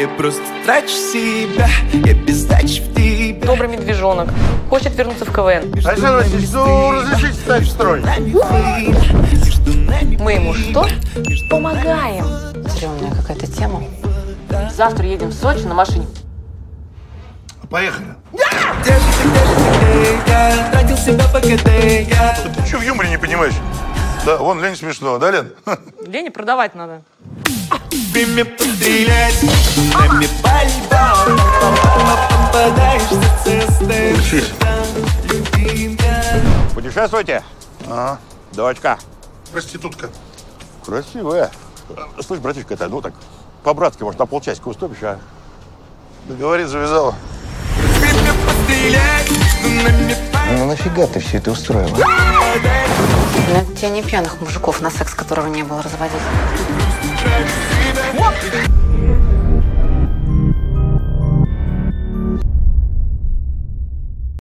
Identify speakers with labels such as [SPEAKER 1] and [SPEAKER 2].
[SPEAKER 1] Я просто трачу себя, я без сдачи в тебя
[SPEAKER 2] Добрый медвежонок. Хочет вернуться в КВН.
[SPEAKER 3] Александр Васильевич, ну разрешите встать в строй.
[SPEAKER 1] Между нами
[SPEAKER 2] Мы ему что? Помогаем. Стрёмная какая-то тема. Завтра едем в Сочи на машине.
[SPEAKER 3] Поехали.
[SPEAKER 1] Где же ты, где же ты, где я? Тратил себя, пока ты я.
[SPEAKER 3] Ты что в юморе не понимаешь? Да, вон, Лень смешно, да, Лен?
[SPEAKER 2] Лене продавать надо.
[SPEAKER 1] Ты мне пострелять, нами пальба Попадаешься цесты
[SPEAKER 3] Учись.
[SPEAKER 1] Любимка
[SPEAKER 4] Путешествуйте?
[SPEAKER 3] Ага.
[SPEAKER 4] Дочка.
[SPEAKER 3] Проститутка.
[SPEAKER 4] Красивая. Слышь, братишка, это ну так по-братски, может, на полчасика уступишь, а?
[SPEAKER 3] Да говорит, завязала.
[SPEAKER 1] Ты мне пострелять, нами
[SPEAKER 5] Ну нафига ты все это устроила?
[SPEAKER 2] Надо тебе не пьяных мужиков, на секс которого не было, разводить.